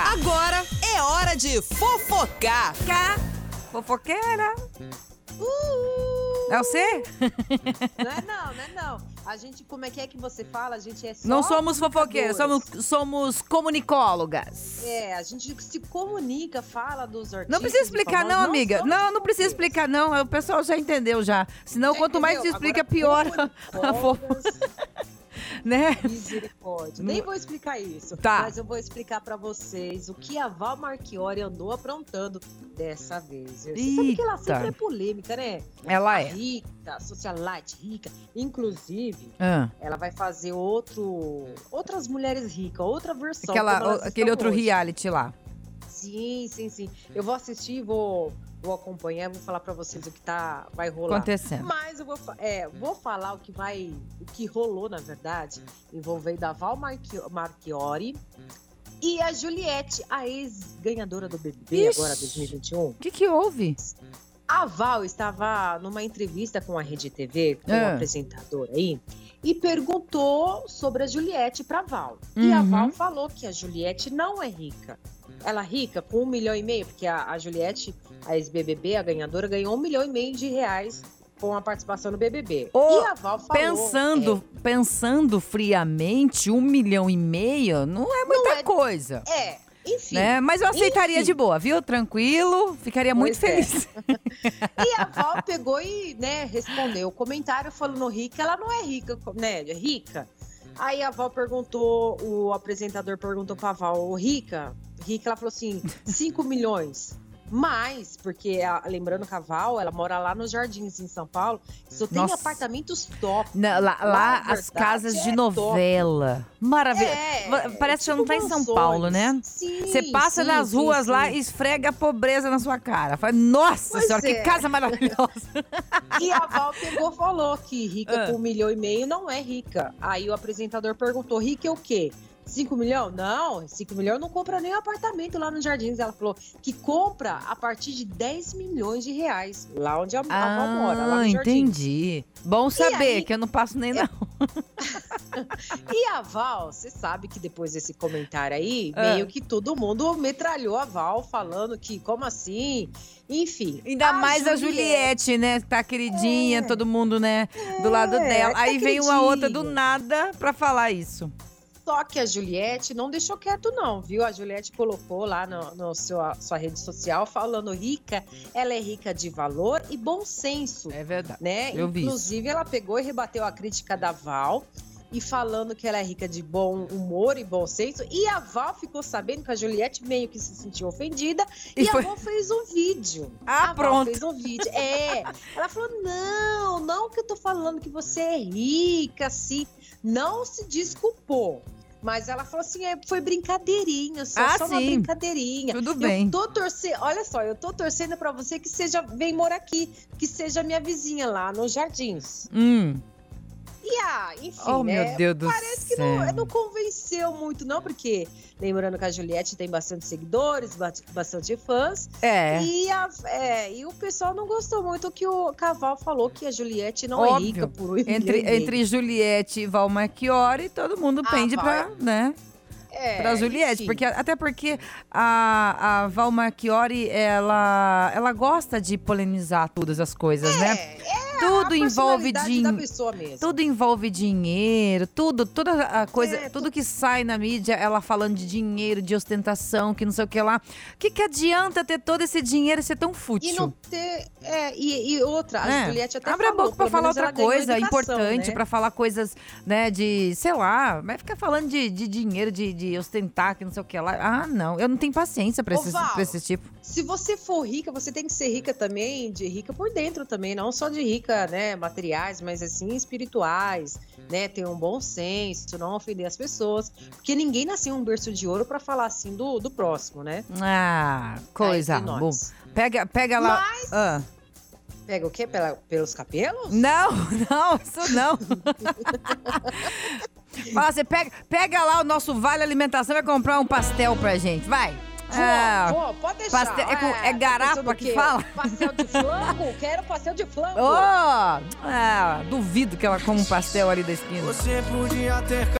é hora de fofocar. Cá, fofoqueira. Uh, É o C? não é não, não é não. A gente, como é que é que você fala? A gente é só Não somos fofoqueiras, somos, comunicadores. somos comunicólogas. É, a gente se comunica, fala dos artistas. Não precisa explicar, famosos, não, amiga. somos Não, não precisa fofoqueiras. explicar, não. O pessoal já entendeu já. Senão, Já quanto mais se entendeu? explica, Agora, pior, a fofo, fofoqueiras, né? Misericórdia. Nem vou explicar isso. Tá. Mas eu vou explicar pra vocês o que a Val Marchiori andou aprontando dessa vez. Você sabe que ela Eita. sempre é polêmica, né? Ela é. Rica, socialite, rica. Inclusive, Ah, ela vai fazer outro. Outras mulheres ricas, outra versão. aquela- como elas o- aquele estão outro hoje. reality lá. Sim, sim, sim. Eu vou assistir, vou, vou acompanhar, vou falar pra vocês o que tá, vai rolar. Acontecendo. Mas eu vou, fa- é, vou falar o que vai, o que rolou, na verdade, envolvendo a Val Marchi- Marchiori e a Juliette, a ex-ganhadora do BBB Ixi. agora 2021. O que que houve? A Val estava numa entrevista com a Rede TV, com Ah. o apresentador aí, e perguntou sobre a Juliette pra Val. E a Uhum. Val falou que a Juliette não é rica. Ela é rica com um milhão e meio, porque a, a Juliette, a ex-BBB, a ganhadora, ganhou um milhão e meio de reais com a participação no BBB. Ô, e a Val falou... é. Pensando, pensando friamente, um milhão e meio não é muita é- coisa. É, é, enfim. Né? Mas eu aceitaria Enfim. de boa, viu? Tranquilo, ficaria muito Pois é. feliz. E a Val pegou e, né, respondeu o comentário falando rica, ela não é rica, né, é rica. Aí a Val perguntou, o apresentador perguntou pra Val, "Ô, rica? Rica, ela falou assim, 5 milhões. Mas, porque, a- lembrando que a Val, ela mora lá nos Jardins, em São Paulo, só tem Nossa. apartamentos top. Na- lá Lá, lá a as verdade, casas de é novela. Maravilha. É, Va- parece que você não tá em São mansões. Paulo, né? Sim, Você passa sim, nas sim, ruas sim. lá e esfrega a pobreza na sua cara. Fala, nossa Pois senhora, que é. casa maravilhosa. E a Val pegou e falou que rica Ah. com um milhão e meio não é rica. Aí o apresentador perguntou: rica é o quê? 5 milhões? Não, 5 milhões não compra nem um apartamento lá nos Jardins. Ela falou que compra a partir de 10 milhões de reais, lá onde a, a Val mora, lá Ah, nos Jardins. entendi. Bom saber aí- É, ah, que eu não passo nem na. E a Val, você sabe que depois desse comentário aí, Ah. meio que todo mundo metralhou a Val, falando que como assim? Enfim. Ainda mais a Juliette, né? que Tá queridinha, É. todo mundo, né? Do lado É, dela. tá Aí vem uma outra do queridinha. nada pra falar isso. Só que a Juliette não deixou quieto, não, viu? A Juliette colocou lá na sua, sua rede social falando rica, ela é rica de valor e bom senso, É verdade. né? eu vi Inclusive, ela pegou e rebateu a crítica da Val e falando que ela é rica de bom humor e bom senso. E a Val ficou sabendo que a Juliette meio que se sentiu ofendida E e, foi- a Val fez um vídeo. Ah, A Val pronto. fez um vídeo. É. Ela falou: não, não que eu tô falando que você é rica, assim. Não se desculpou. Mas ela falou assim: é, foi brincadeirinha, só, Ah, só uma sim. brincadeirinha. Tudo Eu bem. tô torcendo, olha só, eu tô torcendo pra você que seja, vem morar aqui, que seja minha vizinha lá nos jardins. Hum. E ah, enfim, Oh, né? meu Deus do Parece que céu. não, não convenceu muito, não, porque lembrando que a Juliette tem bastante seguidores, ba- bastante fãs, É. e, a- é, e o pessoal não gostou muito que o Caval falou que a Juliette não Óbvio. é rica por um milhão Entre, e meio. entre Juliette e Val Marchiori, todo mundo Ah, pende Val, pra, né, é, pra Juliette. enfim. Porque, até porque a, a Val Marchiori, ela, ela gosta de polemizar todas as coisas, é, né? é Tudo a envolve personalidade da din- pessoa mesmo. Tudo envolve dinheiro, tudo, toda a coisa, É, tudo que sai na mídia, ela falando de dinheiro, de ostentação, que não sei o que lá. O que, que adianta ter todo esse dinheiro e ser tão fútil? E não ter. É, e, e outra, a É. Juliette até Abre falou, a boca pra pelo falar menos ela outra ganhou coisa educação, importante, né? pra falar coisas, né, de, sei lá, vai ficar falando de, de dinheiro, de, de ostentar, que não sei o que lá. Ah, não, eu não tenho paciência pra, Ô, esses, Val. pra esse tipo. Se você for rica, você tem que ser rica também, de rica por dentro também, não só de rica, né, materiais, mas assim espirituais, né, ter um bom senso, não ofender as pessoas, porque ninguém nasceu um berço de ouro pra falar assim do, do próximo, né? Ah, coisa. Aí, entre Bom, nós. pega, pega lá. Ah. Pega o quê? Pela- pelos cabelos? Não, não, isso não. Fala, você pega, pega lá o nosso Vale Alimentação vai comprar um pastel pra gente, vai. Vou, Ah, vou, pode deixar. pastel- é com- é tá pensando garapa o que quê? fala? Pastel de flanco? Quero pastel de flanco. oh, ah, duvido que ela coma um pastel ali da esquina. Você podia ter